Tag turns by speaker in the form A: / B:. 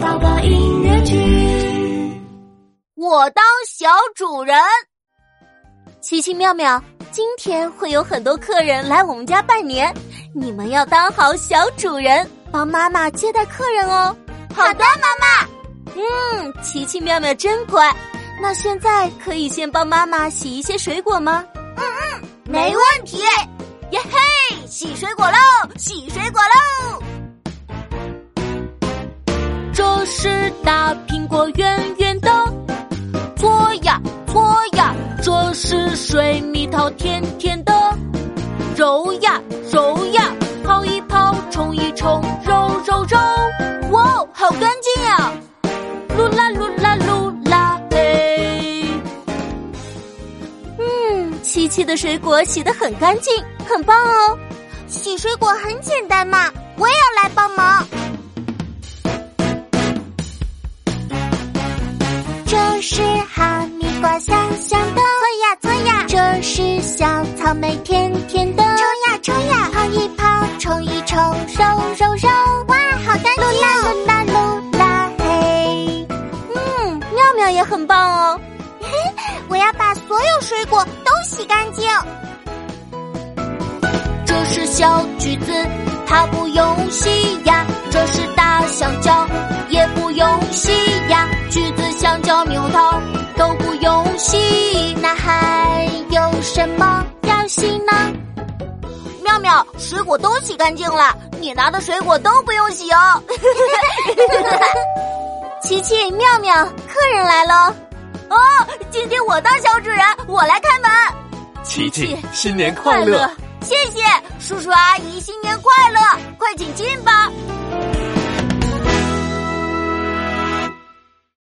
A: 宝宝音乐剧，
B: 我当小主人。奇奇妙妙，今天会有很多客人来我们家拜年，你们要当好小主人，帮妈妈接待客人哦。好的，妈妈。嗯，奇奇妙妙真乖。那现在可以先帮妈妈洗一些水果吗？嗯嗯，
C: 没问题。
B: 耶嘿，洗水果喽，洗水果喽！这是大苹果，圆圆的，搓呀搓呀。这是水蜜桃，甜甜的，揉呀揉呀，泡一泡，冲一冲，揉揉揉。哇，好干净呀、噜啦噜啦噜啦嘿。嗯，七七的水果洗得很干净，很棒哦。
C: 洗水果很简单嘛，我也要来帮忙。这是哈密瓜，香香的，搓呀搓呀。这是小草莓，甜甜的，抽呀抽呀。泡一泡，冲一冲，揉揉揉，哇，好干净！噜啦噜啦噜啦嘿，
B: 嗯，妙妙也很棒哦。
C: 我要把所有水果都洗干净。
B: 这是小橘子，它不用洗呀。这是大香蕉，也不用洗呀。橘子、香蕉、猕猴桃都不用洗，那还有什么要洗呢？妙妙，水果都洗干净了，你拿的水果都不用洗哦。 琪琪、妙妙，客人来喽！哦，今天我当小主人，我来开门。
D: 琪琪，新年快乐！
B: 谢谢叔叔阿姨，新年快乐！快请进吧。